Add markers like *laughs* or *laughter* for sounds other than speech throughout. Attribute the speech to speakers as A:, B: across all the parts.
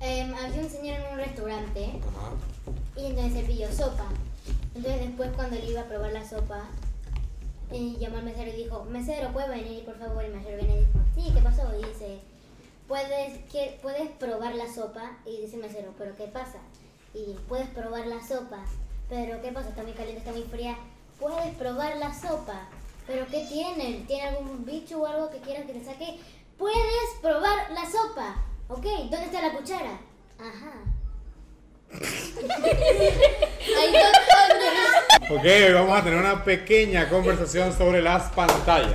A: em, había un señor en un restaurante
B: Ajá.
A: y entonces él pidió sopa. Entonces después cuando él iba a probar la sopa, eh, llamó al mesero y dijo, mesero, ¿puede venir por favor? Y el mesero viene y dijo, sí, ¿qué pasó? Y dice, ¿Puedes, que, puedes probar la sopa y dice el mesero, pero ¿qué pasa? Y puedes probar la sopa, pero ¿qué pasa? Está muy caliente, está muy fría. Puedes probar la sopa, pero ¿qué tiene? ¿Tiene algún bicho o algo que quieras que te saque? Puedes probar la sopa, ¿ok? ¿Dónde está la cuchara? Ajá. Hay dos hombres.
B: Ok, hoy vamos a tener una pequeña conversación sobre las pantallas.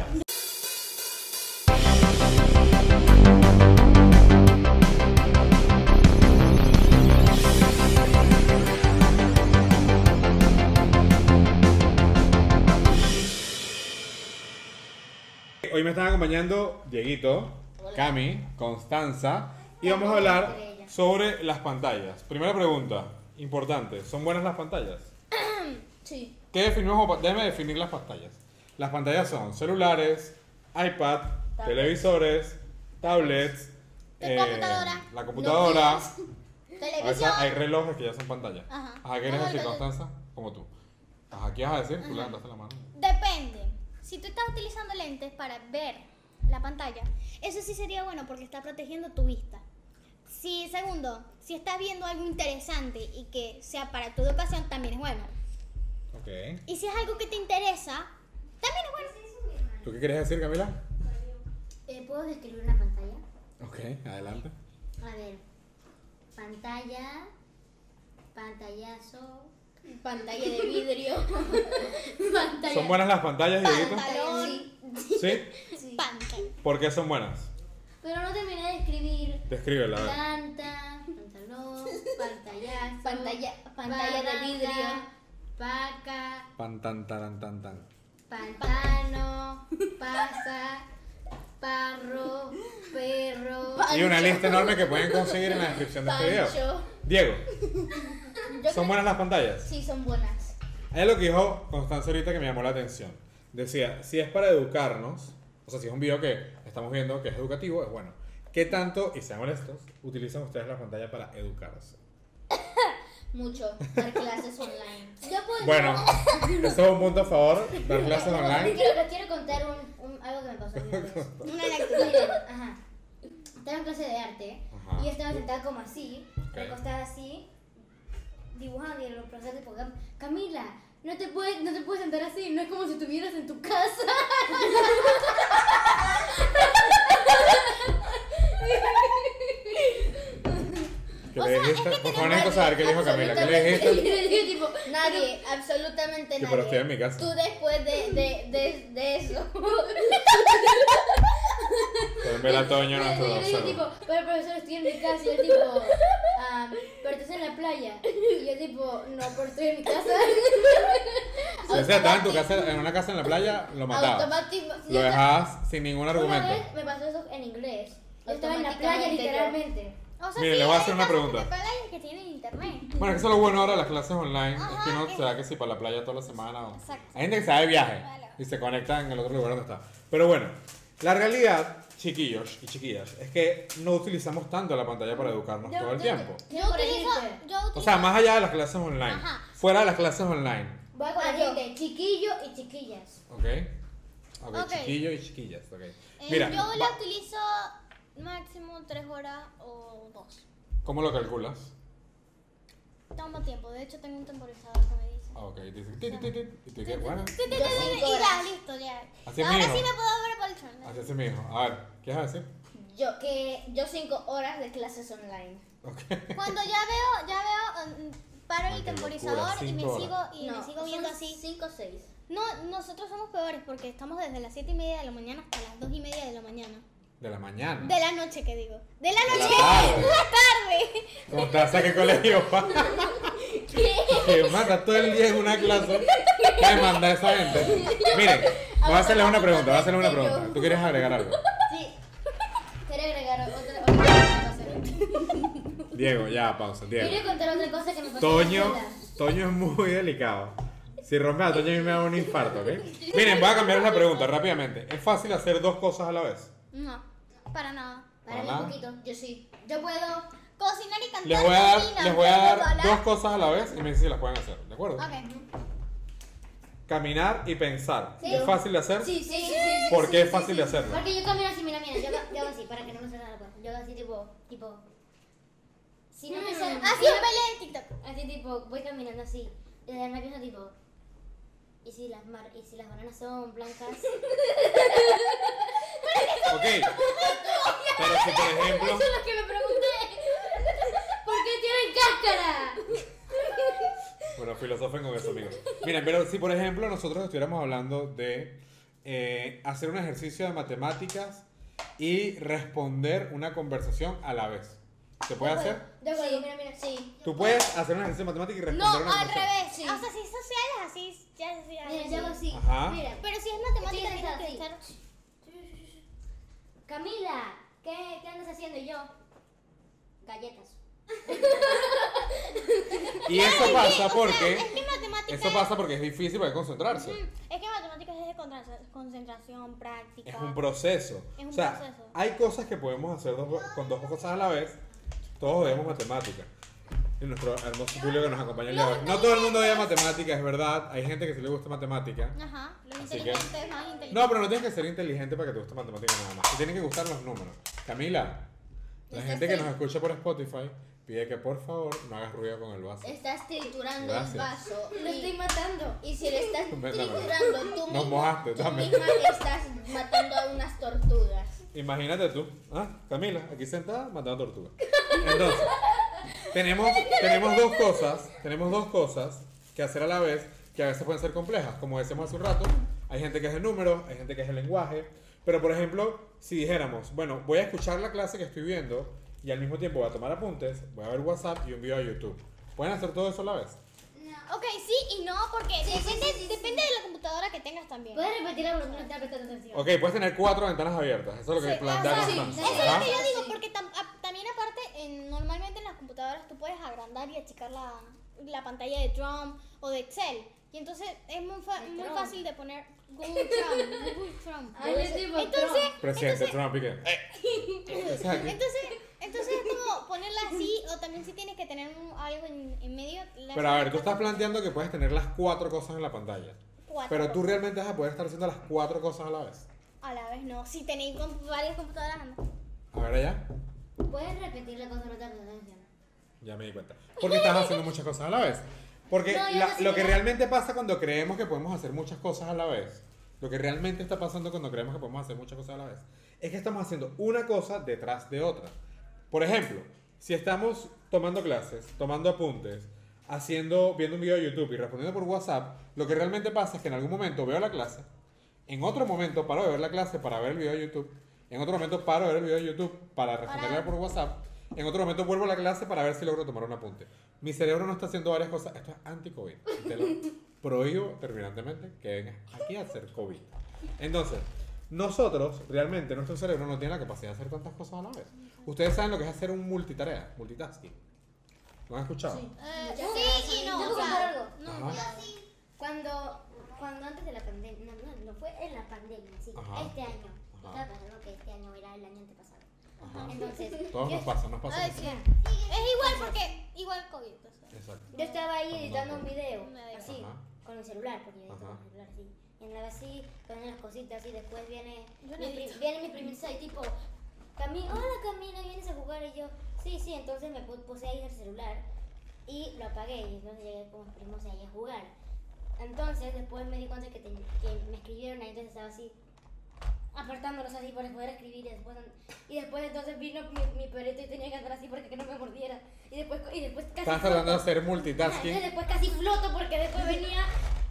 B: Hoy me están acompañando Dieguito, Cami, Constanza y vamos a hablar sobre las pantallas. Primera pregunta, importante, ¿son buenas las pantallas?
C: Sí.
B: ¿Qué definimos como pa- Déjame definir las pantallas. Las pantallas son celulares, iPad, televisores, tablets, eh,
C: La computadora.
B: la computadora. *laughs* A veces
C: Televisión.
B: hay relojes que ya son pantallas.
C: Ajá.
B: Ajá, ¿qué eres
C: Ajá,
B: así,
C: lo-
B: Constanza? Como tú. Ajá, ¿qué vas a decir? Tú levantaste la mano.
C: Depende. Si tú estás utilizando lentes para ver la pantalla, eso sí sería bueno porque está protegiendo tu vista. Si, segundo, si estás viendo algo interesante y que sea para tu educación, también es bueno.
B: Ok.
C: Y si es algo que te interesa, también es bueno.
B: ¿Tú qué quieres decir, Camila?
A: Eh, ¿Puedo describir una pantalla?
B: Ok, adelante.
A: A ver, pantalla, pantallazo, *laughs*
D: Pantalla de vidrio.
C: *laughs*
D: pantalla.
B: ¿Son buenas las pantallas, Dieguito?
C: Pantalón.
D: Sí.
B: ¿Sí?
D: Sí.
C: Pantalla.
B: ¿Por qué son buenas?
A: Pero no terminé de escribir.
B: Descríbela, a ver.
A: Planta, pantalón, pantallazo,
D: Pantalla, pantalla de
A: banana,
D: vidrio.
A: Paca,
B: Pan, tan, taran, tan, tan.
A: pantano, pasa, parro, perro.
B: Y una lista enorme que pueden conseguir en la descripción de este video.
D: Pancho.
B: Diego,
D: Yo
B: ¿son
D: creo
B: buenas las pantallas?
D: que sí son buenas.
B: Hay algo que dijo Constanza ahorita que me llamó la atención. Decía, si es para educarnos, o sea, si es un video que estamos viendo que es educativo, es bueno. ¿Qué tanto, y sean honestos, utilizan ustedes la pantalla para educarse?
D: Mucho. Dar clases online.
A: Yo puedo. *laughs*
B: Bueno, eso es un punto a favor, dar clases online.
A: Quiero, quiero contar un- un- algo que me pasó a mí una
B: *laughs*
A: vez.
C: Una lectura.
A: Miren, ajá. Estaba en clase de arte
B: Ajá.
A: y yo estaba sentada como así,
B: Ok.
A: recostada así, dibujando y el profesor tipo, "Cam- Camila, no te puedes, no te puedes sentar así, no es como si estuvieras en tu casa.
B: ¿Qué le dijiste? Por favor, necesito saber qué dijo Camila. ¿Qué le
A: Y *laughs*
B: dijiste?
A: le digo tipo,
D: Nadie, absolutamente
B: Sí,
D: nadie.
B: pero estoy en mi casa.
D: Tú después de, de, de, de eso.
B: Ver a Toño,
A: Y
B: nuestro
A: yo le digo,
B: docente.
A: tipo, pero profesor, estoy en mi casa. Y él, tipo, ah, pero estás en la playa. Y yo, tipo, no, pero estoy en mi
B: *laughs*
A: casa.
B: Si ese estaba en tu casa, en una casa en la playa, lo matabas.
D: Automático.
B: Lo dejabas sin ningún
A: Una
B: argumento.
A: vez me pasó eso en inglés. Yo estaba en la playa,
D: Automáticamente yo.
A: literalmente.
C: O
B: Mire, le voy a
C: hay
B: hacer una
C: casos
B: pregunta.
C: De pantallas que tienen internet.
B: Bueno, es que eso es lo bueno ahora de las clases online. es que uno
C: que-
B: se da que si para la playa toda la semana. O...
C: Exacto.
B: Hay gente que se va de viaje
C: Claro.
B: y se conecta en el otro lugar donde está. Pero bueno, la realidad, chiquillos y chiquillas, es que no utilizamos tanto la pantalla para educarnos
A: Yo-
B: todo el
A: yo-
B: tiempo.
C: Yo
A: Por
C: utilizo.
A: ejemplo.
C: Yo utilizo.
B: O sea, más allá de las clases online.
C: Ajá.
B: Fuera de las clases online.
A: Voy a corregirte, chiquillo y chiquillas.
B: ¿Ok? Ok,
C: Ok.
B: chiquillos y chiquillas. Ok.
C: eh,
B: Mira,
C: yo la
B: va-
C: utilizo máximo tres horas o dos.
B: ¿cómo lo calculas?
C: Tomo tiempo. De hecho, tengo un temporizador que me dice.
B: Ah, Ok, dice. "Ti, ti, ti, ti", y te quedas, bueno.
C: Sí, sí,
D: Yo
C: sí,
D: cinco
C: y ya,
D: horas.
C: listo, ya.
B: Así es
C: Ahora
B: mío.
C: sí me puedo ver por el channel.
B: Así es mi hijo. A ver, ¿qué vas a decir?
D: Yo, que, yo cinco horas de clases online.
B: Ok. *laughs*
C: Cuando ya veo, ya veo, mm, paro
B: Ah,
C: el
B: qué
C: temporizador
B: locura,
C: y me
B: cinco
C: sigo y
D: no,
C: me sigo viendo
D: son
C: así.
D: Cinco o seis.
C: No, nosotros somos peores porque estamos desde las 7 y media de la mañana hasta las 2 y media de la mañana.
B: De la mañana.
C: De la noche, que digo. De la
B: De la
C: noche.
B: tarde.
C: tarde.
B: Constanza, ¿qué colegio va? Que mata todo el día en una clase. ¿Qué manda esa gente? Miren, voy a hacerles una pregunta, voy a hacerles una pregunta. ¿Tú quieres agregar algo?
D: *laughs* Sí. Quería agregar otra, otra cosa.
B: Diego, ya, pausa, Diego.
A: Quiero contar otra cosa que me pasó.
B: Toño,
A: sola.
B: Toño es muy delicado. Si rompe a Toño a mí me da un infarto, ¿ok? Miren, voy a cambiar la pregunta rápidamente. ¿Es fácil hacer dos cosas a la vez?
C: No, para nada.
A: Para mí
B: Hola.
A: un poquito.
D: Yo sí.
A: Yo puedo.
C: Cosas cocinar y cantar.
B: Les voy a dar,
C: cocina,
B: les voy a dar
C: preparar.
B: dos cosas a la vez y me dicen si las pueden hacer, ¿de acuerdo?
C: Ok.
B: Caminar y pensar.
A: Sí.
B: ¿Es fácil de hacer?
D: Sí, sí, sí, sí, sí.
B: ¿Por
D: sí,
B: qué
D: sí,
B: es fácil
D: sí,
B: de hacerlo?
A: Porque yo camino así, mira, mira, yo, hago- yo hago así, para que no me salga la puerta. Yo hago así, tipo, tipo... Si no
D: Mm.
A: me sale...
C: Así es baile de TikTok.
A: Así tipo, voy caminando así. Y de la pienso tipo. ¿Y si las mar y si las bananas son
D: *laughs*
A: blancas?
B: Ok. Pero si por ejemplo,
D: Eso es lo que me
A: *laughs*
D: pregunté. ¿Por qué tienen cáscara?
B: bueno, filosofen con eso, amigos. Miren, pero si por ejemplo nosotros estuviéramos hablando de eh, hacer un ejercicio de matemáticas y responder una conversación a la vez. ¿Se puede hacer?
A: De acuerdo, mira, mira. Sí.
B: Tú puedes hacer un ejercicio de matemática y
C: No,
B: responder una
C: al
B: conversación.
C: revés.
D: Sí.
C: O sea, si es sociales, así ya se
A: Mira, yo hago así.
B: Ajá.
A: Mira.
C: Pero si es matemática,
A: Sí, sí,
C: tienes que
A: sí.
C: estar.
A: Camila, ¿qué, qué andas haciendo? Y yo. Galletas.
B: Y eso pasa porque
C: Es que matemática
B: eso pasa porque es difícil para concentrarse.
C: Mm, Es que matemáticas es de contra- concentración, práctica.
B: Es un proceso.
C: Es un
B: o sea,
C: proceso.
B: hay cosas que podemos hacer dos- con dos cosas a la vez. Todos odiamos matemáticas. Y nuestro hermoso Julio que nos acompaña el día de hoy. No todo el mundo odia matemáticas, es verdad. Hay gente que sí le gusta matemática.
C: Ajá, los
B: Así
C: inteligentes más inteligentes.
B: No, pero no tienes que ser inteligente para que te guste matemáticas nada más. Te tienen que gustar los números. Camila, la
D: Estás
B: gente que
D: feliz.
B: nos escucha por Spotify pide que por favor no hagas ruido con el vaso.
D: Estás triturando
B: Gracias.
D: el vaso.
A: Lo estoy
D: Y,
A: matando.
D: y si le estás
B: *laughs* Ven, dame.
D: triturando tú
B: Nos
D: mismo,
B: mojaste,
D: tú
B: dame.
D: misma le estás matando a unas tortugas.
B: Imagínate tú, ah, Camila, aquí sentada matando tortuga. Entonces, tenemos, tenemos dos cosas, tenemos dos cosas que hacer a la vez que a veces pueden ser complejas. Como decíamos hace un rato, hay gente que es de números, hay gente que es de lenguaje. Pero por ejemplo, si dijéramos, bueno, voy a escuchar la clase que estoy viendo y al mismo tiempo voy a tomar apuntes, voy a ver WhatsApp y un video de YouTube. ¿Pueden hacer todo eso a la vez?
C: Ok, sí y no, porque depende, depende de la computadora que tengas también.
A: ¿Puedes repetirla porque no estaba prestando atención?
B: Ok, puedes tener cuatro ventanas abiertas. Eso es lo que
C: Sí,
B: plantea
C: o sea,
B: Constanza,
C: Eso es lo
B: ajá.
C: que yo digo,
D: Sí.
C: porque tam- a- también aparte, en- normalmente en las computadoras tú puedes agrandar y achicar la, la pantalla de Trump o de Excel. Y entonces es muy, fa-
A: De
C: muy
A: Trump.
C: fácil de poner Google Trump. Google Trump.
A: Ay, yo tipo
C: Entonces,
B: Presidente Trump y que... eh. Ese es aquí.
C: entonces, entonces es como ponerla así, o también si tienes que tener un- algo en, en medio. la-
B: Pero a ver, tú estás planteando que puedes tener las cuatro cosas en la pantalla.
C: Cuatro
B: Pero tú
C: cosas.
B: realmente vas a poder estar haciendo las cuatro cosas a la vez.
C: A la vez no, si tenéis comp- varias computadoras. no.
B: A ver allá.
A: ¿Puedes repetir la cosa que no estaba prestando atención?
B: Ya me di cuenta. Porque estás haciendo muchas cosas a la vez. Porque
A: No, yo
B: la-
A: no sé
B: lo que
A: nada.
B: realmente pasa cuando creemos que podemos hacer muchas cosas a la vez, lo que realmente está pasando cuando creemos que podemos hacer muchas cosas a la vez, es que estamos haciendo una cosa detrás de otra. Por ejemplo, si estamos tomando clases, tomando apuntes, haciendo, viendo un video de YouTube y respondiendo por WhatsApp, lo que realmente pasa es que en algún momento veo la clase, en otro momento paro de ver la clase para ver el video de YouTube, en otro momento paro de ver el video de YouTube para responderla por WhatsApp, en otro momento vuelvo a la clase para ver si logro tomar un apunte. Mi cerebro no está haciendo varias cosas, esto es anti-COVID, te lo prohíbo terminantemente que vengas aquí a hacer COVID. Entonces, nosotros realmente, nuestro cerebro no tiene la capacidad de hacer tantas cosas a la vez. Ustedes saben lo que es hacer un multitarea, multitasking. ¿Lo han escuchado?
C: Eh,
A: Ya sé,
C: sí y
A: ya sé.
C: no.
A: Yo
C: o
A: puedo
C: sea,
A: contar algo.
C: no,
B: Ajá.
C: yo sí.
A: Cuando, cuando antes de la pandemia, no, no, no fue en la pandemia, sí,
B: Ajá.
A: este año.
B: Ajá.
A: Estaba pensando que este año era el año antepasado.
B: Ajá.
A: Entonces,
B: Todos nos pasa, nos pasa.
C: Ay, sí. Es igual porque igual COVID. o sea.
B: Exacto.
A: Yo estaba ahí editando un video,
C: Me da
A: así,
B: igual. Ajá.
A: con el celular, porque yo edito con
B: Ajá.
A: el celular así. Y andaba así, con las cositas, y después viene,
C: Yo no
A: mi, pri-
C: edito.
A: viene mi primita y tipo, Cami, hola Camila, ¿vienes a jugar? Y yo, sí, sí, entonces me pu- puse ahí el celular y lo apagué, y entonces llegué con mis primos ahí a jugar. Entonces, después me di cuenta que, ten- que me escribieron ahí, entonces estaba así, apartándolos así para poder escribir y después y después entonces vino mi, mi perrito y tenía que andar así porque que no me mordiera y después y después casi
B: Estás tratando de hacer
A: Ajá, yo
B: multitasking.
A: después casi floto porque después venía,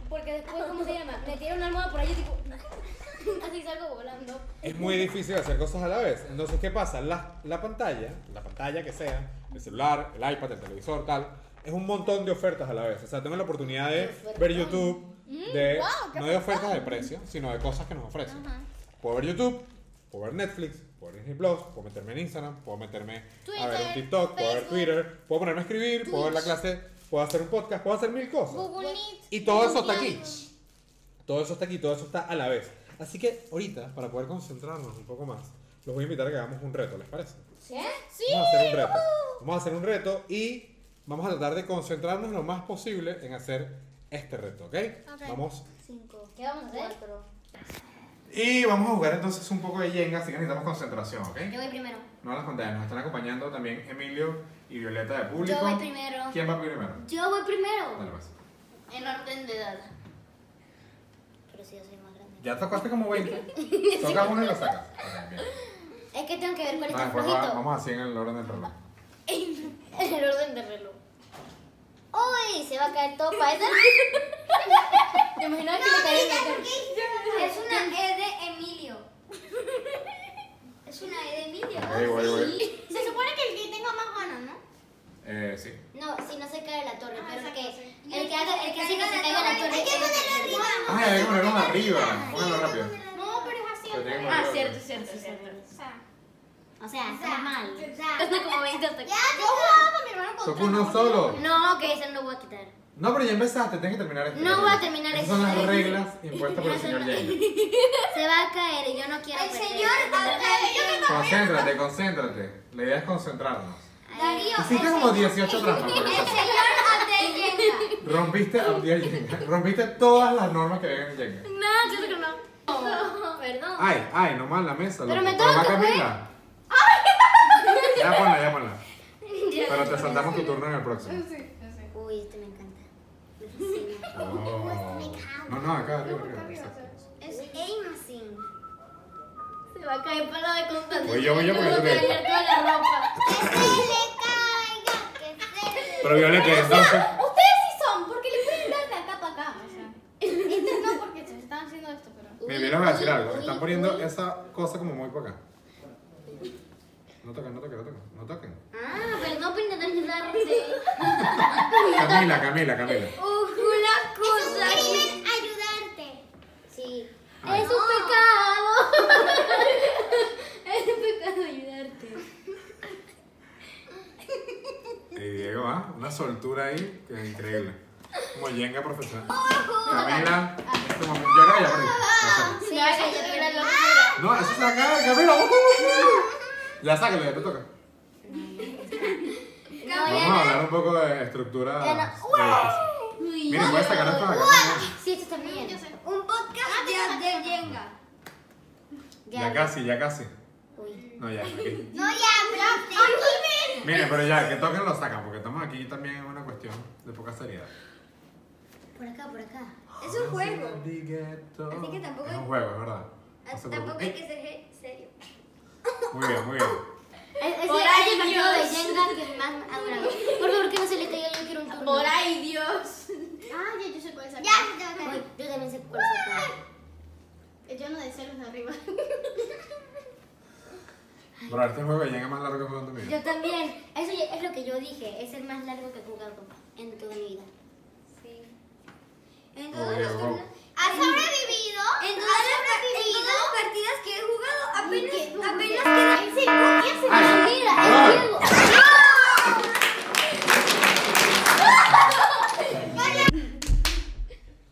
A: porque después, ¿cómo se llama? Me tiraron una almohada por ahí tipo, *laughs* así salgo volando.
B: Es muy difícil hacer cosas a la vez. Entonces, ¿qué pasa? La, la pantalla, la pantalla que sea, el celular, el iPad, el televisor, tal, es un montón de ofertas a la vez. O sea, tengo la oportunidad de ver YouTube, de,
C: Mm, wow, qué
B: no de ofertas de precio, sino de cosas que nos ofrecen.
C: Ajá.
B: Puedo ver YouTube, puedo ver Netflix, puedo ver Disney Plus, puedo meterme en Instagram, puedo meterme a ver un
C: Twitter,
B: TikTok, puedo ver
C: Facebook.
B: Twitter, puedo ponerme a escribir, puedo ver la clase, puedo hacer un podcast, puedo hacer mil cosas.
C: Google Meet.
B: Y todo eso está
C: Google
B: aquí.
C: Meet.
B: Todo eso está aquí, todo eso está a la vez. Así que ahorita, para poder concentrarnos un poco más, los voy a invitar a que hagamos un reto, ¿les parece?
D: ¿Qué?
C: Sí.
B: Vamos a hacer un reto. Vamos a hacer un reto y vamos a tratar de concentrarnos lo más posible en hacer este reto, ¿ok?
C: Ok.
B: Vamos.
A: Cinco.
D: ¿Qué vamos a hacer?
A: Cuatro.
B: Y vamos a jugar entonces un poco de Jenga, así que necesitamos concentración, ¿ok?
A: Yo voy primero.
B: No las pantallas, nos están acompañando también Emilio y Violeta de público.
A: Yo voy primero.
B: ¿Quién va primero?
A: Yo voy primero.
B: Dale pues.
D: En orden de edad.
A: Pero si yo soy más grande.
B: Ya tocaste
A: *laughs*
B: como 20. Tocas uno y lo sacas. Ok, bien.
A: Es que tengo que ver este cuál está
B: No, Ah, después pues va-
A: flojito.
B: vamos así en el orden del reloj.
A: *laughs* En el orden de reloj. ¡Uy! Se va a caer todo
D: *laughs*
A: para eso. ¿Te imaginas que
C: Ah,
A: le cae en el- *laughs*
D: Es una E de Emilio. Es una E de Emilio.
B: Ahí voy, voy.
C: Se supone que el que tenga más ganas, ¿no?
B: Eh, sí.
A: No, si no se cae la torre,
C: Ah,
A: pero
C: exacto,
A: que
C: sí.
A: el que haga, el que hace que se caiga la torre. eh,
D: Hay que
A: es-
D: ponerlo arriba.
B: Ah, hay que ponerlo más arriba. Pónganlo rápido.
C: No, pero es así.
B: Pero tiene que
C: Ah,
D: Ah,
B: ponerlo
D: cierto,
B: rápido.
D: cierto, cierto.
A: O sea, está
D: Ya.
A: mal.
D: Ya.
A: Cuesta como 20 hasta
C: Ya, yo jugaba con mi hermano contra
B: Toca uno solo.
A: No, que eso no voy a quitar.
B: No, pero ya empezaste, tienes que terminar esto.
A: No voy a terminar este
B: Esas
A: esto.
B: son las reglas impuestas por el señor
A: *laughs*
B: Jenga.
A: Se va a caer y yo no quiero
D: El
A: perder.
D: señor Darío.
B: Concéntrate, concéntrate. La idea es concentrarnos.
D: Darío.
B: Hiciste
D: el
B: como
D: señor-
B: 18 trampas, por
D: El
B: eso.
D: señor Abdelgenga.
B: Rompiste, *laughs* rompiste todas las normas que había en Jenga.
A: No, yo creo que no. Perdón.
B: Ay, ay, nomás la mesa.
A: Pero
B: loco.
A: me tengo
B: va
A: que
B: Camila.
A: *laughs*
B: Ya ponla, ya ponla. Pero te saltamos tu turno en el próximo.
A: Uy, este me encanta. Me fascina.
B: Oh. No, no, acá arriba, arriba. exacto.
A: Es Amazing.
D: Se va a caer para de constante.
B: Voy yo, voy yo porque tú le
D: toda la ropa.
B: Pero Violeta, entonces.
C: Ustedes sí son, porque le pueden dar la tapa acá. O sea, Estos no, porque se están haciendo esto, pero.
D: *laughs*
B: Me vinieron a decir algo. Están poniendo esa cosa como muy poca. No toquen, no toquen, no toquen. No toquen.
A: Ah, perdón por intentar ayudarte.
B: Camila, Camila, Camila.
A: Una cosa.
C: Crimen ayudarte.
A: Sí.
B: Ay.
A: Es un pecado. es un pecado ayudarte.
B: Y Diego, ¿ah? Una soltura ahí que es increíble. Como Jenga profesional. Camila, en este momento. Yo acá ya perdí. No sé.
A: Sí,
D: Ya,
A: yo soy
D: ya, ya,
A: una
D: ya.
A: locura.
B: No, eso se acaba, Camila. Ya sácalo, ya te toca.
A: No,
B: Vamos
A: ya
B: a
A: no.
B: hablar un poco de estructura.
A: Ya no.
B: de edificio. Miren, voy a sacar esto de acá. también.
A: Sí, esto está bien.
C: Yo sé.
D: Un podcast de Abdelgenga.
B: Ya casi, ya casi.
A: Uy.
B: No, ya, aquí.
D: *laughs* No, ya, pero.
B: Miren, pero ya, que toquen lo sacan, porque estamos aquí también en una cuestión de poca seriedad.
A: Por acá, por acá.
D: Es un juego.
B: Así
D: Así
B: que
D: que tampoco- Ah,
B: Es un juego, es verdad. No Ah, se
D: Tampoco
B: preocupen.
D: hay que ser serio.
B: Muy bien, muy bien.
A: Es, es,
D: Eh, Por
A: el-
D: ahí,
A: es el partido de
D: Dios.
A: Jenga que más me ha durado. Por favor, que no se le caiga, yo quiero un turno.
D: ahí, Dios.
C: Ah, ya, yo sé cuál es
D: Ya,
C: acá.
D: ya, ya.
A: Uy, yo también sé cuál es el juego.
C: Yo no de celos de *laughs* arriba.
B: Pero este juego llega más largo que fue donde mío.
A: Yo también. Eso ya- es lo que yo dije. Es el más largo que he jugado en toda mi vida.
D: Sí.
B: En todos los turnos-
D: ¿Ha sobrevivido? En todas, las partidas que he jugado, apenas, apenas quedan 5 días en
B: Ay.
D: la
A: Mira,
B: Ah.
A: el juego.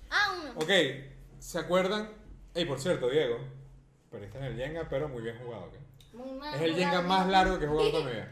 C: Ah, uno.
B: Ok, ¿se acuerdan? Ey, por cierto, Diego. Perdiste en el Jenga, pero muy bien jugado, ¿ok?
D: Ah,
A: Muy mal.
B: Es el Jenga
A: jugado.
B: más largo que he jugado en toda mi
D: *laughs*
B: vida.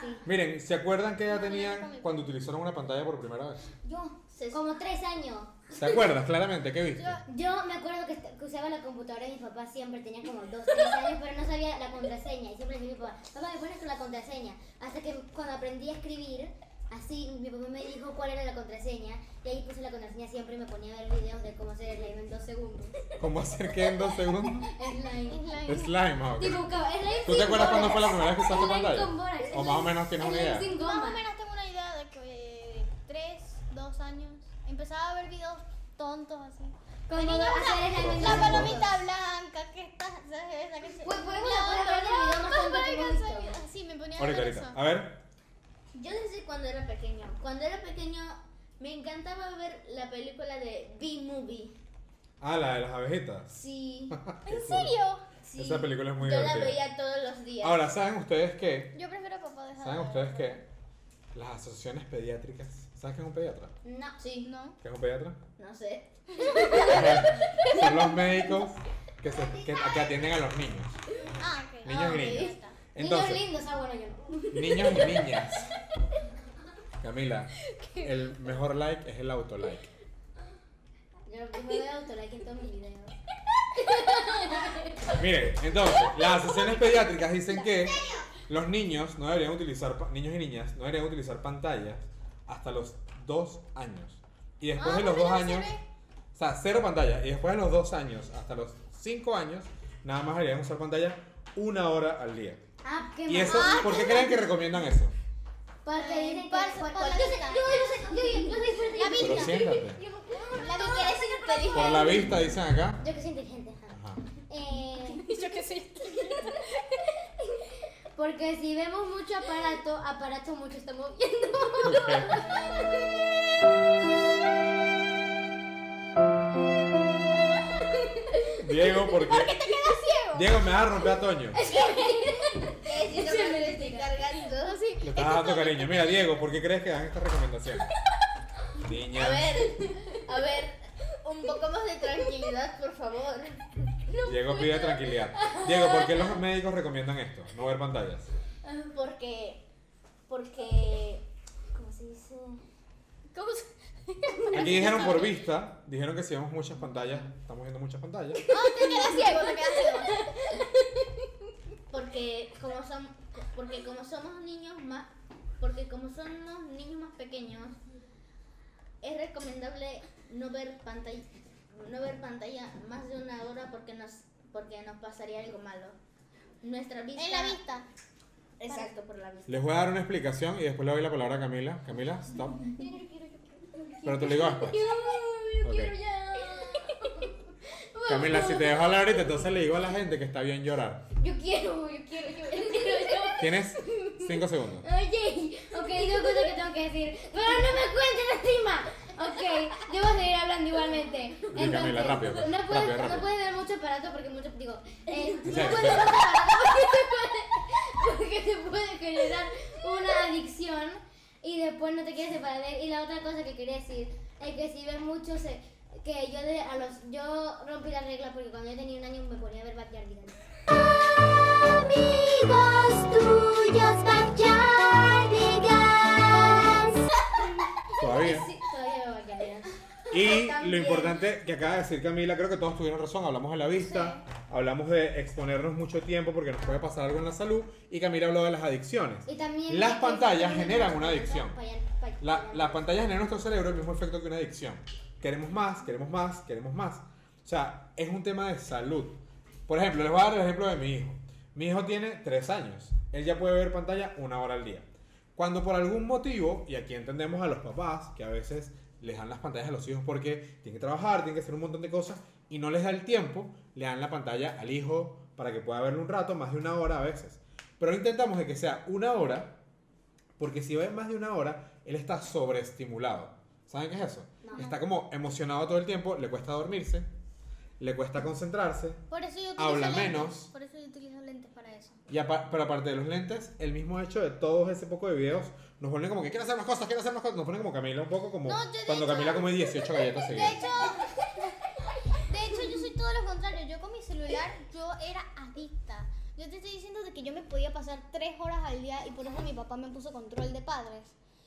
A: Sí.
B: Miren, ¿se acuerdan qué edad tenían cuando utilizaron una pantalla por primera vez?
A: Yo, como tres años.
B: ¿Se acuerdas claramente? ¿Qué viste?
A: Yo me acuerdo que, est- que usaba la computadora y mi papá siempre tenía como dos, tres
D: *laughs*
A: años, pero no sabía la contraseña. Y siempre le decía a mi papá, papá, ¿me pones con la contraseña? Hasta que cuando aprendí a escribir, así mi papá me dijo cuál era la contraseña. Y ahí puse la contraseña siempre y me ponía a ver videos de cómo hacer slime en dos segundos.
B: ¿Cómo hacer que en dos segundos?
C: *laughs*
A: Slime.
B: Slime, ah, ok.
A: Tipo, ca- slime
B: ¿Tú te
A: sin
B: acuerdas cuándo
A: bolas.
B: fue la primera vez que usaste
A: Slime
B: pantalla?
A: con bolas.
B: O más o menos tienes una
A: Slime
B: idea.
A: sin
C: Más o
A: goma.
C: menos tengo una idea de que eh, tres, dos años empezaba a ver videos tontos así.
A: Con niños hacer slime en
C: La
A: dos
C: palomita
A: segundos.
C: blanca que está, ¿sabes? Esa que se-
A: Pues,
C: La
A: podemos hablar del video más tonto que hemos
C: palomita
A: visto.
C: así me ponía a
B: Ahorita,
C: ver
B: ahorita.
C: eso.
B: A ver.
D: *laughs* Yo desde cuando era pequeño. Cuando era pequeño, me encantaba ver la película de B-Movie.
B: Ah, la de las abejitas. *laughs*
D: Sí.
B: Qué
C: ¿En
B: cool.
C: serio?
D: sí.
B: Esa película es muy
D: Yo la
B: divertida.
D: veía todos los días.
B: Ahora, ¿saben ustedes qué?
C: Yo prefiero a papá dejar.
B: ¿Saben
C: de-
B: ustedes qué? Las asociaciones pediátricas. ¿Sabes qué es un pediatra?
D: No, sí.
C: No.
B: ¿Qué es un pediatra?
C: *laughs*
D: No sé.
B: Son los médicos que, se- que- que atienden a los niños.
C: Ah, ok.
B: Niños
C: Ah,
B: y
C: ok, ya
B: niñas.
C: está.
A: Niños
B: Entonces,
A: lindos, ah, bueno, yo no.
B: niños y
C: *laughs*
B: niñas. Camila, el mejor like es el auto like.
A: Yo me voy a autolike en todos mis videos.
B: Miren, entonces, las asociaciones pediátricas dicen que los niños no deberían utilizar, pa- niños y niñas, no deberían utilizar pantallas hasta los dos años. Y después
C: Ah,
B: de los
C: porque
B: dos
C: no
B: años,
C: sirve.
B: o sea, cero pantalla. Y después de los dos años hasta los cinco años, nada más deberían usar pantalla una hora al día.
A: Ah, qué
B: ¿Y eso? ¿Por qué creen que recomiendan eso?
A: Porque
C: Ay,
A: dicen que
C: por-
A: por,
C: por
A: por-
C: la
A: yo sé-
C: vista.
A: yo- yo sé- yo- yo- yo soy fuerte.
C: La
A: yo-
B: Pero siéntate.
C: La que quiere ser inteligente.
B: Por la vista, dicen acá.
A: Yo que soy inteligente, ajá.
B: Ajá.
A: *laughs* Eh,
C: Y yo qué sé.
A: *laughs* porque si vemos mucho aparato, aparato mucho estamos viendo.
B: Diego, porque
C: ¿Qué te quedas ciego?
B: Diego me va a romper a Toño.
D: Yo me lo estoy cargando.
C: No, sí.
B: Le estás dando Ah, cariño. Mira, Diego, ¿por qué crees que dan esta recomendación?
D: *laughs*
B: Niña.
D: A ver, a ver, un poco más de tranquilidad, por favor.
B: Diego pide tranquilidad. Diego, ¿por qué los médicos recomiendan esto? No ver pantallas.
D: Porque, porque,
A: ¿Cómo se dice?
C: ¿Cómo se-
B: Aquí dijeron por vista, dijeron que si vemos muchas pantallas, estamos viendo muchas pantallas.
C: Ah, te quedas ciego, te quedas ciego.
D: porque como son, porque como somos niños más, porque como somos niños más pequeños, es recomendable no ver pantalla, no ver pantalla más de una hora porque nos, porque nos pasaría algo malo. Nuestra vista.
C: En la vista.
D: Exacto, por la vista.
B: Les voy a dar una explicación y después le doy la palabra a Camila. Camila, stop. Pero tú le digo después. Ok. *laughs* Camila, si te dejo hablar ahorita, entonces le digo a la gente que está bien llorar.
A: Yo quiero, yo quiero, yo quiero. yo-
B: Tienes 5 segundos.
A: Oye, ok, dos cosas que tengo que decir. Pero no me cuentes encima. Ok, yo voy a seguir hablando igualmente.
B: Camila, rápido,
A: No
B: pues,
A: puedes,
B: rápido, rápido.
A: No puedes ver mucho aparato porque mucho. Digo, eh, no
B: En
A: puedes ver
B: serio,
A: mucho
B: en serio.
A: aparato porque te, puede, porque te puede generar una adicción y después no te quieres separar de él. Y la otra cosa que quería decir es que si ves mucho. Se, que yo, de, a los, yo rompí la regla porque cuando yo tenía un año me ponía a ver Backyard Digan.
E: Amigos tuyos, Bachardigans.
B: Todavía.
A: Sí, todavía veo Backyard Digan.
B: Y lo importante que acaba de decir Camila, creo que todos tuvieron razón. Hablamos de la vista, hablamos de exponernos mucho tiempo porque nos puede pasar algo en la salud. Y Camila habló de las adicciones.
A: Y también
B: Las
A: es que
B: pantallas
A: sí,
B: generan
A: sí,
B: una
A: sí,
B: adicción.
A: pa- pa-
B: La, las pantallas generan en nuestro cerebro el mismo efecto que una adicción. Queremos más, queremos más, queremos más. O sea, es un tema de salud. Por ejemplo, les voy a dar el ejemplo de mi hijo. Mi hijo tiene 3 años. Él ya puede ver pantalla una hora al día. Cuando por algún motivo, y aquí entendemos a los papás, que a veces les dan las pantallas a los hijos porque tienen que trabajar, tienen que hacer un montón de cosas, y no les da el tiempo, le dan la pantalla al hijo para que pueda verlo un rato, más de una hora a veces. Pero intentamos de que sea una hora porque si ve más de una hora, él está sobreestimulado. ¿Saben qué es eso?
A: No.
B: Está como emocionado todo el tiempo, le cuesta dormirse, le cuesta concentrarse.
C: Por eso yo utilizo
B: Habla
C: lentes.
B: menos.
C: Por eso yo utilizo lentes para eso.
B: Y apa- pero aparte de los lentes, el mismo hecho de todos ese poco de videos nos pone como que quiero hacer más cosas, quiero hacer más cosas. Nos pone como Camila un poco como
C: No, yo de
B: cuando
C: hecho-
B: Camila come 18 galletas
C: De
B: seguidas.
C: hecho, de hecho yo soy todo lo contrario. Yo con mi celular yo era adicta. Yo te estoy diciendo de que yo me podía pasar tres horas al día y por eso mi papá me puso control de padres.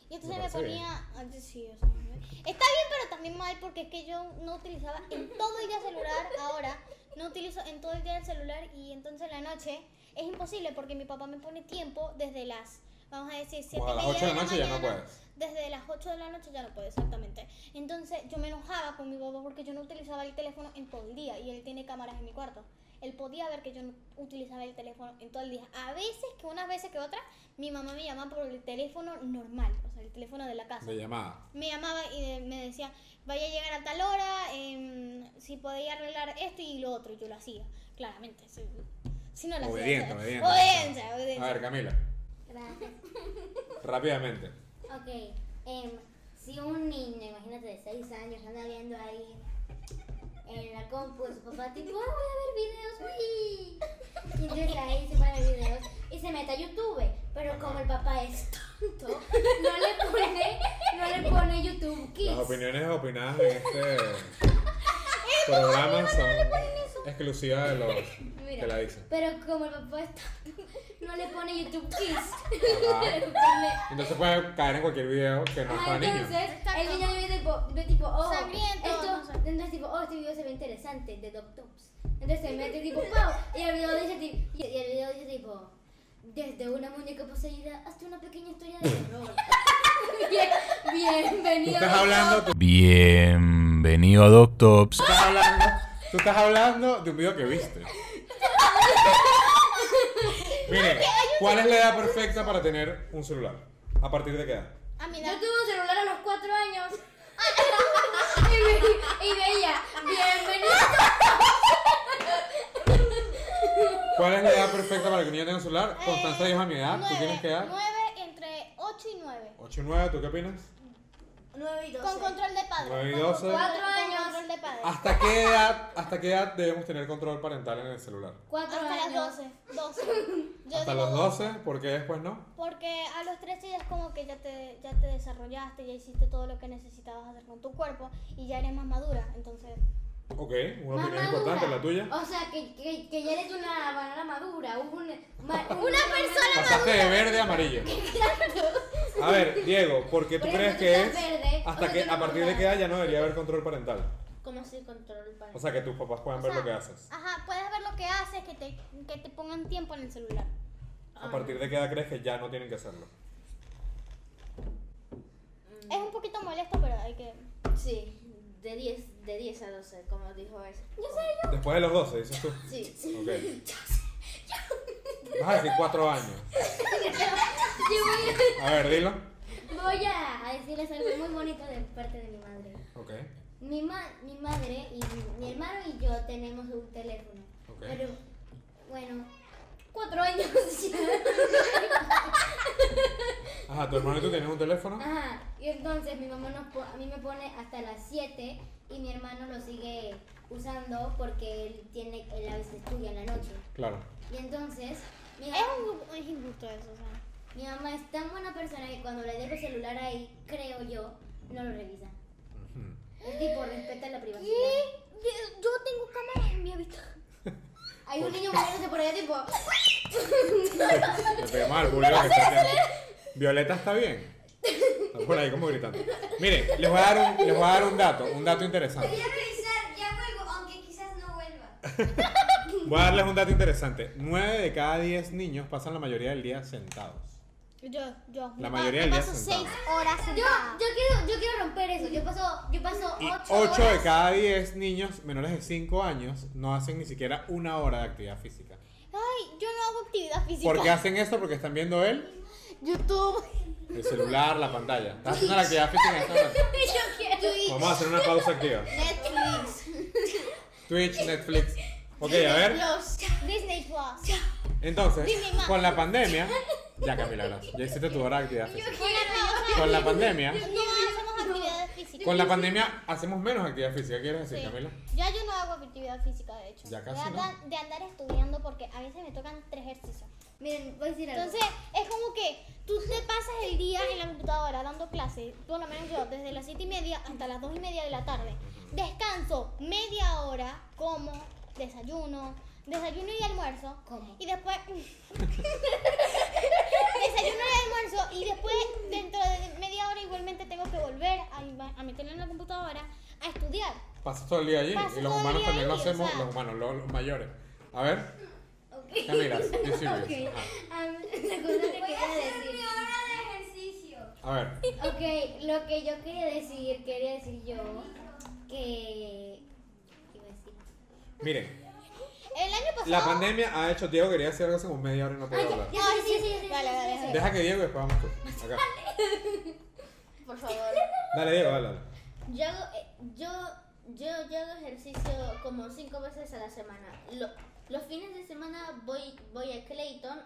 C: Y entonces
B: Me
C: me
B: parece bien.
C: ponía... ah, sí, o sea, me- está bien, pero también mal porque es que yo no utilizaba en todo el día celular ahora. No utilizo en todo el día el celular y entonces en la noche es imposible porque mi papá me pone tiempo desde las... Vamos a decir, 7
B: Como a las ocho de la noche ya no puedes.
C: desde las 8 de la noche ya no puede, exactamente. Entonces yo me enojaba con mi papá porque yo no utilizaba el teléfono en todo el día y él tiene cámaras en mi cuarto. Él podía ver que yo no utilizaba el teléfono en todo el día. A veces, que unas veces que otras, mi mamá me llamaba por el teléfono normal, o sea, el teléfono de la casa.
B: De llamada.
C: Me llamaba y de- me decía, vaya a llegar a tal hora, em, si podía arreglar esto y lo otro. Y yo lo hacía, claramente. Si, si no lo hacía,
B: Obediente,
C: o sea,
B: obediente.
C: obediente, obediente.
B: A ver, Camila,
A: Gracias.
B: rápidamente.
A: Ok, em, si un niño, imagínate de 6 años, anda viendo ahí en la compu de su papá, tipo, "Ah, voy a ver videos, uy. Y entonces ahí se pone a ver videos y se mete a YouTube. Pero como el papá es tonto, no le pone, no le pone YouTube Kids.
B: Las opiniones opinadas en
C: *laughs*
B: este programa son exclusivas de los que
A: Mira,
C: *laughs*
B: la dicen.
A: Pero como el papá es tonto, no
D: no le pone YouTube Kids.
B: Ajá.
D: Le pone-
B: Entonces puede caer en cualquier video que no es
D: Ah,
B: para niños.
D: entonces
C: Exacto.
D: el niño ve tipo, ve tipo oh,
C: Sangriento,
D: esto,
C: no sé.
D: entonces tipo, oh, este video se ve interesante, de DocTops. Entonces se mete tipo, wow, y el video dice tipo,
A: Y el video dice tipo,
D: desde una muñeca poseída hasta una pequeña historia de terror. *laughs* Bien,
B: Tú
D: bienvenido.
B: estás hablando, tú
F: Bienvenido a Doctops.
B: estás hablando, tú estás hablando de un video que viste. Mire, ¿cuál es la edad perfecta para tener un celular? ¿A partir de qué edad?
C: A mi edad.
D: Yo tuve un celular a los cuatro
C: *laughs*
D: años.
C: Ah,
D: *laughs* y, ve- y veía, bienvenido.
B: ¿Cuál es la edad perfecta para que un niño tenga un celular?
C: Eh,
B: Constanza dijo a mi edad, ¿tú tienes qué edad?
C: 9 entre 8 y 9.
B: 8 y 9, ¿tú qué opinas?
D: 9 y 12.
C: Con control de padre.
B: Nueve y
C: Con
B: doce. Ah.
C: control-
D: Cuatro
C: con
D: años.
C: control de padre.
B: ¿Hasta qué edad, hasta qué edad debemos tener control parental en el celular?
D: 4
C: Hasta
D: años.
C: las 12. 12. *laughs* Yo
B: Hasta
C: digo
B: los 12, ¿por qué después no?
C: Porque a los 13 ya es como que ya te, ya te desarrollaste, ya hiciste todo lo que necesitabas hacer con tu cuerpo y ya eres más madura. Entonces,
B: Ok, una
D: Más
B: opinión
D: madura.
B: importante, la tuya.
D: O sea, que, que, que ya eres una banana madura. Un, ma- un-
C: una persona
B: Pasaste de verde a amarillo. A ver, Diego, ¿por qué tú
D: Por
B: crees
D: eso tú
B: que es
D: estás verde, o
B: hasta
D: sea,
B: que
D: tú no
B: a partir de
D: puedes
B: qué edad ya no debería haber control parental?
D: ¿Cómo se control para?
B: O sea, que tus papás puedan ver
C: sea,
B: lo que haces.
C: Ajá, puedes ver lo que haces, que te, que te pongan tiempo en el celular.
D: ah.
B: ¿A partir de qué edad crees que ya no tienen que hacerlo?
C: Es un poquito molesto, pero hay que...
D: sí, de 10, de 10 a 12, como dijo eso.
B: Después de los 12, dices tú.
D: Sí.
B: Ok.
D: *laughs*
B: Vas a decir 4
D: *laughs*
B: años. A ver, dilo.
A: voy a a decirles algo muy bonito de parte de mi madre.
B: Ok.
A: Mi, ma- mi madre y mi, mi hermano y yo tenemos un teléfono.
B: Ok.
A: Pero, bueno, cuatro años. *laughs*
B: Ajá, tu hermano y tú tienes un teléfono.
D: Ah.
A: Ajá. Y entonces mi mamá nos po- a mí me pone hasta las 7 y mi hermano lo sigue usando porque él, tiene, él a veces estudia en la noche.
B: Claro.
A: Y entonces, mi,
C: Es, un, es injusto eso, o sea.
A: mi mamá es tan buena persona que cuando le dejo el celular ahí, creo yo, no lo revisa.
B: Ujú.
A: Es tipo, respeta la privacidad.
C: Yo tengo cámara en mi habitación.
A: Hay un niño muriéndose por allá, tipo,
B: Le pegamos al bulero que está haciendo. Violeta está bien. Está por ahí como gritando. Miren, les voy a dar un, les voy a dar un dato, un dato interesante.
A: revisar, ya vuelvo, aunque quizás no vuelva.
B: Voy a darles un dato interesante. 9 de cada 10 niños pasan la mayoría del día sentados.
C: Yo, yo.
B: La
C: me
B: mayoría
C: pa-
B: del
C: me
B: día
C: paso
B: sentado.
C: 6 horas
A: Yo,
C: sentada.
A: yo quiero, yo quiero romper eso. Yo paso, yo paso
B: Y
A: 8
B: 8 de
A: horas.
B: cada 10 niños menores de 5 años no hacen ni siquiera una hora de actividad física.
C: Ay, yo no hago actividad física.
B: ¿Por qué hacen esto? Porque están viendo el,
C: YouTube.
B: el celular, la pantalla. Están haciendo la actividad física en esta momento. Vamos a hacer una pausa activa.
C: Netflix.
B: Twitch, Netflix. Ok, a ver.
C: Disney Plus.
B: Entonces,
C: Dime más.
B: con la pandemia, ya Camila, gracias. Ya hiciste tu hora de actividad física. Con la pandemia,
C: No *laughs* hacemos actividad física.
B: con la pandemia hacemos menos actividad física, ¿quieres decir,
C: Sí.
B: Camila?
C: Ya yo no hago actividad física, de hecho.
B: Ya casi,
C: de,
B: ¿no?
C: andar, de andar estudiando porque a veces me tocan tres ejercicios.
A: Miren, voy a decir algo.
C: Entonces, es como que tú te pasas el día en la computadora dando clases, por lo menos yo, desde las siete y media hasta las dos y media de la tarde. Descanso media hora, como, desayuno, desayuno y almuerzo.
A: ¿Cómo?
C: Y después... *laughs* desayuno y almuerzo y después dentro de media hora igualmente tengo que volver a, a meterlo en la computadora a estudiar.
B: Pasas todo el día allí
C: Paso
B: y los
C: todo el
B: humanos
C: día
B: también lo
C: allí, o
B: hacemos,
C: sea.
B: los humanos, los, los mayores. A ver, Camila, you serious?
C: *laughs*
A: Am, la cosa que quería decir.
B: Ah, a ver,
A: Ok, lo que yo quería decir, quería decir yo que. ¿qué iba a decir?
B: miren,
C: El año pasado...
B: la pandemia ha hecho, Diego quería hacer algo hace como media hora y no podía hablar.
C: Ah, sí, sí, sí, Vale, vale, vale.
B: Deja que Diego y después vamos tú. Acá.
D: Por
C: *laughs*
D: favor.
B: Dale, Diego, dale. dale.
D: Yo hago, eh, yo, yo, yo hago ejercicio como cinco veces a la semana. Lo- los fines de semana voy, voy a Clayton.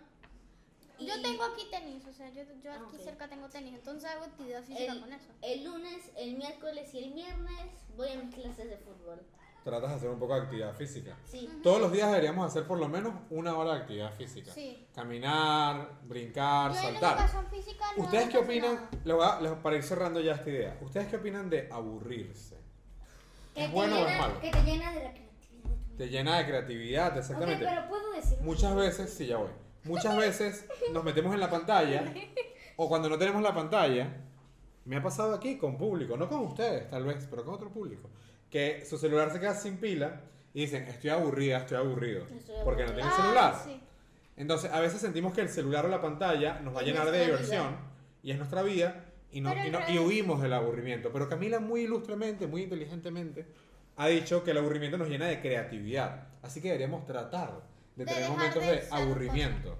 D: y
C: Yo tengo aquí tenis, o sea, yo, yo
D: Ah,
C: aquí
D: ok.
C: cerca tengo tenis, entonces hago actividad física
D: el,
C: con eso.
D: el lunes, el miércoles y el viernes voy a mis clases de fútbol.
B: Tratas de hacer un poco de actividad física.
D: Sí.
B: Todos los días deberíamos hacer por lo menos una hora de actividad física.
C: Sí.
B: Caminar, brincar,
C: Yo en
B: saltar.
C: educación física no
B: ¿Ustedes
C: hago
B: qué
C: casi
B: opinan?
C: nada.
B: Lo voy a- lo- para ir cerrando ya esta idea. ¿Ustedes qué opinan de aburrirse?
A: Que
B: ¿Es
A: te
B: bueno o
A: llena-
B: es malo?
A: Que te llena de la creatividad.
B: Te llena de creatividad,
A: Ok,
B: exactamente.
A: pero puedo decir.
B: Muchas veces, sí, ya voy. muchas veces nos metemos en la pantalla o cuando no tenemos la pantalla, me ha pasado aquí con público, no con ustedes tal vez, pero con otro público, que su celular se queda sin pila y dicen, estoy aburrida, estoy aburrido, porque no tienen
C: Ah,
B: celular.
C: sí.
B: Entonces, a veces sentimos que el celular o la pantalla nos va a
D: Es
B: llenar de
D: nuestra
B: diversión y es nuestra vida y, no-
C: Pero
B: y
C: en
B: no- y
C: realidad-
B: huimos del aburrimiento. Pero Camila muy ilustremente, muy inteligentemente, ha dicho que el aburrimiento nos llena de creatividad. Así que deberíamos tratar de,
C: De
B: tener
C: dejar
B: momentos
C: de
B: de
C: usar
B: aburrimiento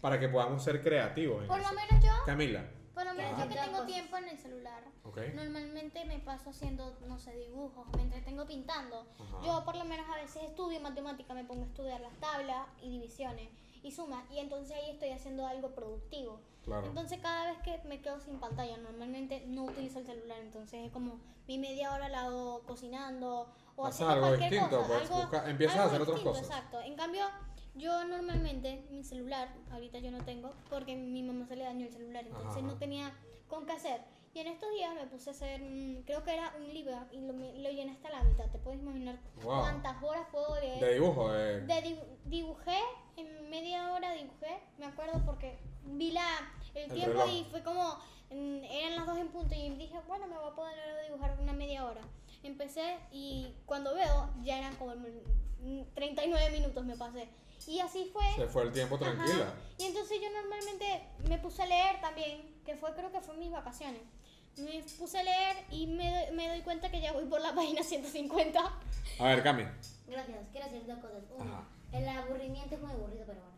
B: para que podamos ser creativos. en
C: Por lo
B: eso.
C: menos yo,
B: Camila,
C: por lo menos yo que
D: Ajá.
C: tengo tiempo en el celular,
B: ¿ok?
C: normalmente me paso haciendo, no sé, dibujos, me entretengo pintando.
B: Ajá.
C: Yo por lo menos a veces estudio matemática, me pongo a estudiar las tablas y divisiones y sumas, y entonces ahí estoy haciendo algo productivo.
B: Claro.
C: Entonces cada vez que me quedo sin pantalla, normalmente no utilizo el celular, entonces es como mi media hora la hago cocinando o
B: Haz
C: haciendo
B: algo
C: cualquier
B: distinto,
C: cosa.
B: pues,
C: algo,
B: busca- empiezas a
C: algo
B: hacer otras
C: distinto,
B: cosas.
C: Exacto. En cambio, yo normalmente mi celular, ahorita yo no tengo, porque mi mamá se le dañó el celular, entonces
B: Ajá.
C: no tenía con qué hacer. Y en estos días me puse a hacer, mm, creo que era un libro y lo, me- lo llené hasta la mitad. ¿Te puedes imaginar
B: Wow.
C: cuántas horas puedo leer?
B: De dibujo, eh, de...
C: De dibu- dibujé, en media hora dibujé, me acuerdo porque vi la, el,
B: El
C: tiempo
B: reloj.
C: y fue como, mm, eran las dos en punto y dije, bueno, me voy a poder dibujar una media hora. Empecé y cuando veo ya eran como mm, 39 minutos me pasé. Y así fue.
B: se fue el tiempo
C: Ajá.
B: tranquila.
C: Y entonces yo normalmente me puse a leer también, que fue creo que fue en mis vacaciones. Me puse a leer y me, doy- me doy cuenta que ya voy por la *laughs* página 150.
B: A ver, Cami.
A: Gracias, quiero decir dos cosas. Uno,
B: Ajá.
A: el aburrimiento es muy aburrido, pero bueno.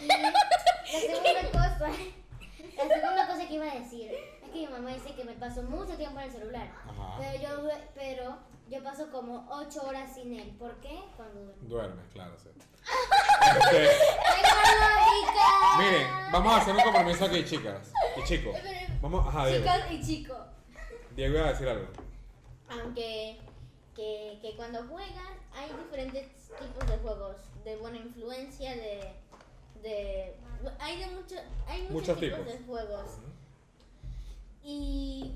A: Y la
D: *laughs*
A: segunda cosa, la segunda cosa que iba a decir es que mi mamá dice que me paso mucho tiempo en el celular.
B: Ajá.
A: Pero yo, due- pero yo paso como 8 horas sin él. ¿Por qué? Cuando
B: *laughs*
A: duermo.
B: Duermes, claro,
C: *laughs*
B: sí. Este, miren, vamos a hacer un compromiso aquí, chicas. Y chicos. Vamos, ajá, Diego.
D: Chicas y chicos.
B: Diego iba a decir algo.
D: Aunque que, que cuando juegan hay diferentes tipos de juegos, de buena influencia, de... de hay de mucho, hay muchos,
B: Muchos
D: tipos,
B: tipos.
D: de juegos. Y,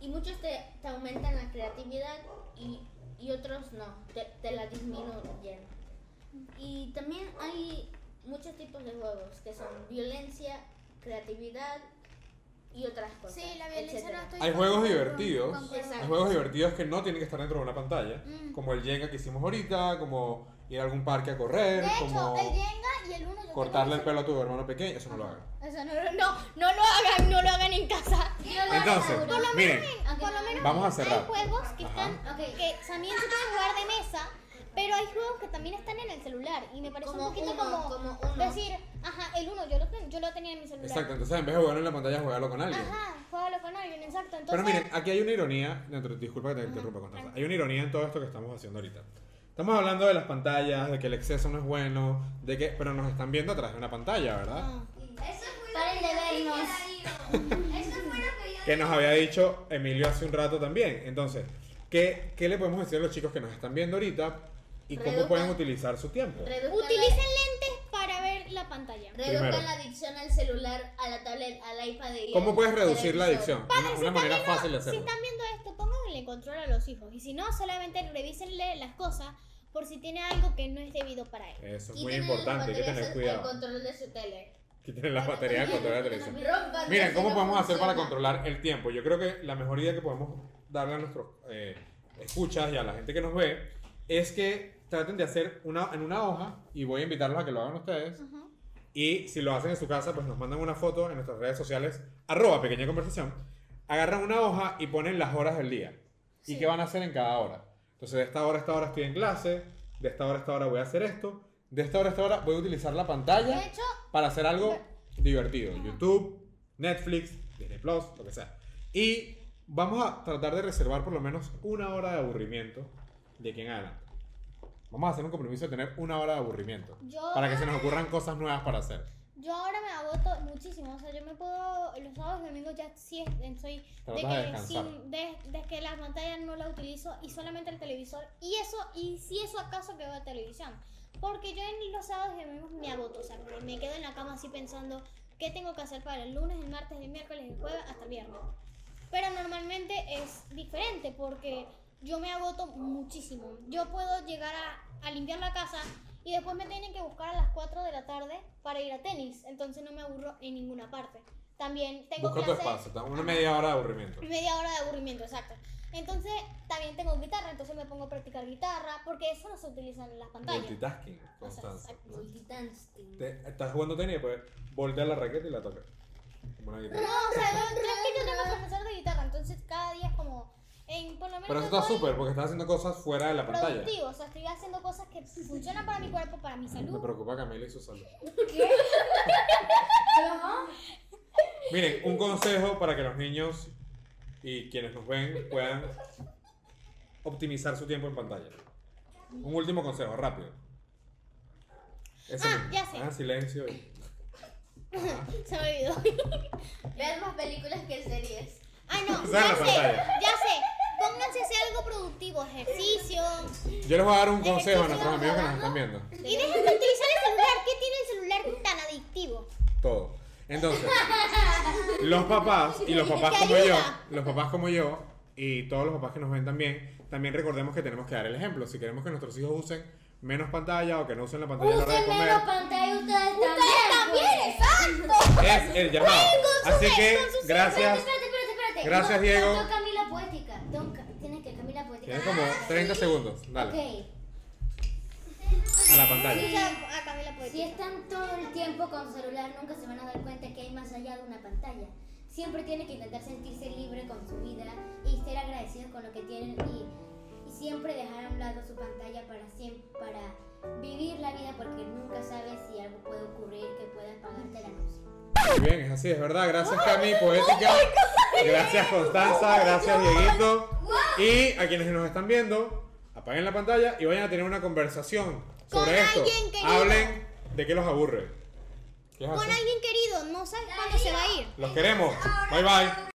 D: y muchos te, te aumentan la creatividad y, y otros no, te, te la disminuyen. Y también hay muchos tipos de juegos que son violencia, creatividad y otras cosas.
C: Sí, la violencia no
D: etcétera.
C: estoy
B: Hay
C: con-
B: juegos
C: con-
B: divertidos.
C: con- con-
B: Hay juegos divertidos que no tienen que estar dentro de una pantalla. Como el Jenga que hicimos ahorita, como ir a algún parque a correr,
C: De hecho,
B: como
C: el Jenga y el uno yo
B: cortarle el
C: tengo
B: pelo a tu hermano pequeño. Eso no lo hagan.
C: ese- Eso no, lo- no, no lo hagan, no lo hagan en casa.
B: Entonces,
C: Por lo
B: miren,
C: menos, en- por lo menos
B: vamos a
C: hay
B: cerrar.
C: juegos que
B: Ajá.
C: están que también se pueden jugar de mesa, pero hay juegos que también están en el celular y me parece un
D: Como
C: poquito
D: uno,
C: como,
D: como uno.
C: decir, ajá, el uno yo lo ten- yo lo tenía en mi celular.
B: Exacto, entonces en vez de jugarlo en la pantalla, jugarlo con alguien.
C: Ajá, juégalo con alguien, exacto.
B: Pero
C: Entonces,
B: miren, aquí hay una ironía, dentro- disculpa que te interrumpa Constanza, hay una ironía en todo esto que estamos haciendo ahorita. Estamos hablando de las pantallas, de que el exceso no es bueno, de que, pero nos están viendo atrás de una pantalla, ¿verdad?
D: Ah.
C: Ah,
A: Paren de vernos.
B: que nos había dicho Emilio hace un rato también. Entonces, ¿qué, qué le podemos decir a los chicos que nos están viendo ahorita y cómo
D: Reduzcan-
B: pueden utilizar su tiempo?
D: Reduzcan la-
C: utilicen lentes para ver la pantalla.
B: Primero.
D: Reduzcan la adicción al celular, a la tablet, al iPad y
B: ¿Cómo
D: al
B: puedes reducir la
D: televisor.
B: adicción? Una, una manera fácil de
C: Si
B: hacerlo.
C: están viendo esto, pónganle control a los hijos. Y si no, solamente revísenle las cosas por si tiene algo que no es debido para él.
B: Eso es muy
D: Quítenle las
B: importante, hay que
D: baterías
B: tener
D: al- al
B: cuidado.
D: control de su tele.
B: Que tienen las baterías de control de la televisión.
D: Rompan
B: Miren,
D: si
B: ¿cómo
D: no
B: podemos hacer para
D: funciona.
B: controlar el tiempo? Yo creo que la mejor idea que podemos darle a nuestros eh, escuchas y a la gente que nos ve es que traten de hacer una, en una hoja, y voy a invitarlos a que lo hagan ustedes, y si lo hacen en su casa, pues nos mandan una foto en nuestras redes sociales, arroba pequeña conversación, agarran una hoja y ponen las horas del día, y qué van a hacer en cada hora. Entonces, de esta hora a esta hora estoy en clase, de esta hora a esta hora voy a hacer esto, de esta hora a esta hora voy a utilizar la pantalla
C: De hecho,
B: para hacer algo divertido. YouTube, Netflix, Disney Plus, lo que sea. Y vamos a tratar de reservar por lo menos una hora de aburrimiento de quien adelante. Vamos a hacer un compromiso de tener una hora de aburrimiento.
C: Yo-
B: Para que se nos ocurran cosas nuevas para hacer.
C: Yo ahora me agoto muchísimo, o sea, yo me puedo, los sábados y domingos ya sí es- soy de
B: Tratas de
C: que,
B: descansar.
C: sin, de, de que la pantalla no la utilizo y solamente el televisor y eso, y si eso acaso que veo televisión, porque yo en los sábados y domingos me agoto, o sea, me- me quedo en la cama así pensando qué tengo que hacer para el lunes, el martes, el miércoles, el jueves, hasta el viernes. Pero normalmente es diferente porque yo me agoto muchísimo. Yo puedo llegar a, a limpiar la casa Y después me tienen que buscar a las 4 de la tarde para ir a tenis. Entonces no me aburro en ninguna parte. También tengo
B: Busca
C: que
B: tu
C: clases.
B: espacio, está una media hora de aburrimiento.
C: Media hora de aburrimiento, exacto. Entonces también tengo guitarra, entonces me pongo a practicar guitarra, porque eso no se utiliza en las pantallas.
B: Multitasking,
C: O sea,
B: Constanza.
C: exacto.
A: Multitasking.
B: Te- estás jugando tenis y pues voltea la raqueta y la toca. Como una guitarra.
C: No, o sea, yo, yo es que yo tengo profesor de guitarra, entonces cada día es como, en, por lo menos...
B: Pero eso
C: yo
B: está
C: estoy
B: súper porque estás haciendo cosas fuera de la pantalla.
C: Productivo, o sea, estoy haciendo cosas que funcionan para mi cuerpo, para mi
B: Me
C: salud.
B: preocupa Camila y su salud. Miren, un consejo para que los niños y quienes nos ven puedan optimizar su tiempo en pantalla. Un último consejo, rápido. Ese
C: Ah,
B: mismo.
C: ya sé.
B: Hagan silencio. y-
C: *laughs* Se me olvidó.
D: Ver más películas que series.
C: Ah, no,
B: Sale
C: ya
B: la pantalla.
C: sé, ya sé. Pónganse a hacer algo productivo, ejercicio.
B: Yo les voy a dar un consejo a
C: Ejercicio
B: nuestros amigos que nos están
C: hablando.
B: viendo.
C: Y dejen de utilizar el celular. ¿Qué tiene el celular tan adictivo?
B: Todo. Entonces, los papás y los papás como yo,
C: ayuda.
B: los papás como yo y todos los papás que nos ven también, también recordemos que tenemos que dar el ejemplo. Si queremos que nuestros hijos usen menos pantalla o que no usen la pantalla a la hora de
E: Usen menos
B: comer,
E: pantalla ustedes
A: pues.
C: también, exacto.
B: es el llamado.
C: con su
B: Así
C: ser,
B: que
C: con su ser.
B: gracias.
A: Espérate, espérate, espérate.
B: Gracias, Diego.
A: Faltó Camila Poética. Don Ca- Tienes que Camila Poética. Ah,
B: Tienes como 30 segundos. Dale.
A: Ok.
B: A la pantalla.
C: Escucha a Camila
A: Si
C: Poeta.
A: están todo el tiempo con celular, nunca se van a dar cuenta que hay más allá de una pantalla. Siempre tienen que intentar sentirse libre con su vida y ser agradecidos con lo que tienen y, y siempre dejar a un lado su pantalla para, siem- para vivir la vida porque nunca sabes si algo puede ocurrir que pueda apagarte la luz.
B: Muy bien, es así, es verdad. Gracias, Cami,
C: oh
B: poética. Gracias, Constanza. Gracias, Dieguito. Y a quienes nos están viendo, apaguen la pantalla y vayan a tener una conversación
C: Con
B: sobre esto.
C: alguien querido.
B: Hablen de qué los aburre. ¿Qué
C: Con
B: hacen?
C: alguien querido, no sabes cuándo se va a ir.
B: Los queremos. Bye, bye.